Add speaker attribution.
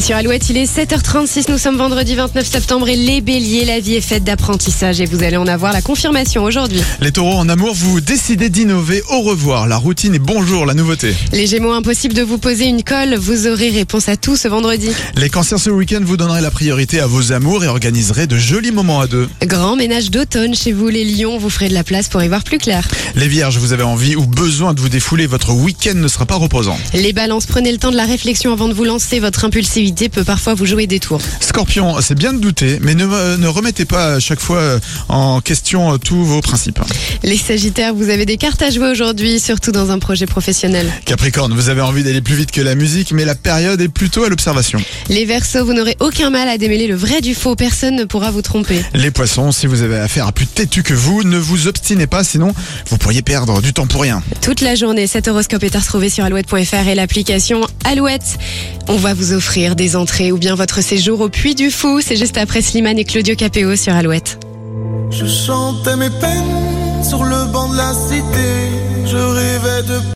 Speaker 1: Sur Alouette, il est 7h36, nous sommes vendredi 29 septembre et les béliers, la vie est faite d'apprentissage et vous allez en avoir la confirmation aujourd'hui.
Speaker 2: Les taureaux en amour, vous décidez d'innover. Au revoir, la routine et bonjour, la nouveauté.
Speaker 1: Les gémeaux, impossible de vous poser une colle, vous aurez réponse à tout ce vendredi.
Speaker 2: Les cancers ce week-end, vous donnerez la priorité à vos amours et organiserez de jolis moments à deux.
Speaker 1: Grand ménage d'automne chez vous, les lions, vous ferez de la place pour y voir plus clair.
Speaker 2: Les vierges, vous avez envie ou besoin de vous défouler. Votre week-end ne sera pas reposant.
Speaker 1: Les balances, prenez le temps de la réflexion avant de vous lancer, votre impulsivité peut parfois vous jouer des tours.
Speaker 2: Scorpion, c'est bien de douter, mais ne, euh, ne remettez pas à chaque fois euh, en question euh, tous vos principes.
Speaker 1: Les sagittaires, vous avez des cartes à jouer aujourd'hui, surtout dans un projet professionnel.
Speaker 2: Capricorne, vous avez envie d'aller plus vite que la musique, mais la période est plutôt à l'observation.
Speaker 1: Les versos, vous n'aurez aucun mal à démêler le vrai du faux, personne ne pourra vous tromper.
Speaker 2: Les poissons, si vous avez affaire à plus têtu que vous, ne vous obstinez pas, sinon vous pourriez perdre du temps pour rien.
Speaker 1: Toute la journée, cet horoscope est à retrouver sur alouette.fr et l'application Alouette. On va vous offrir des entrées ou bien votre séjour au Puy du Fou. C'est juste après Slimane et Claudio Capéo sur Alouette.
Speaker 3: Je chantais mes peines sur le banc de la cité. Je rêvais de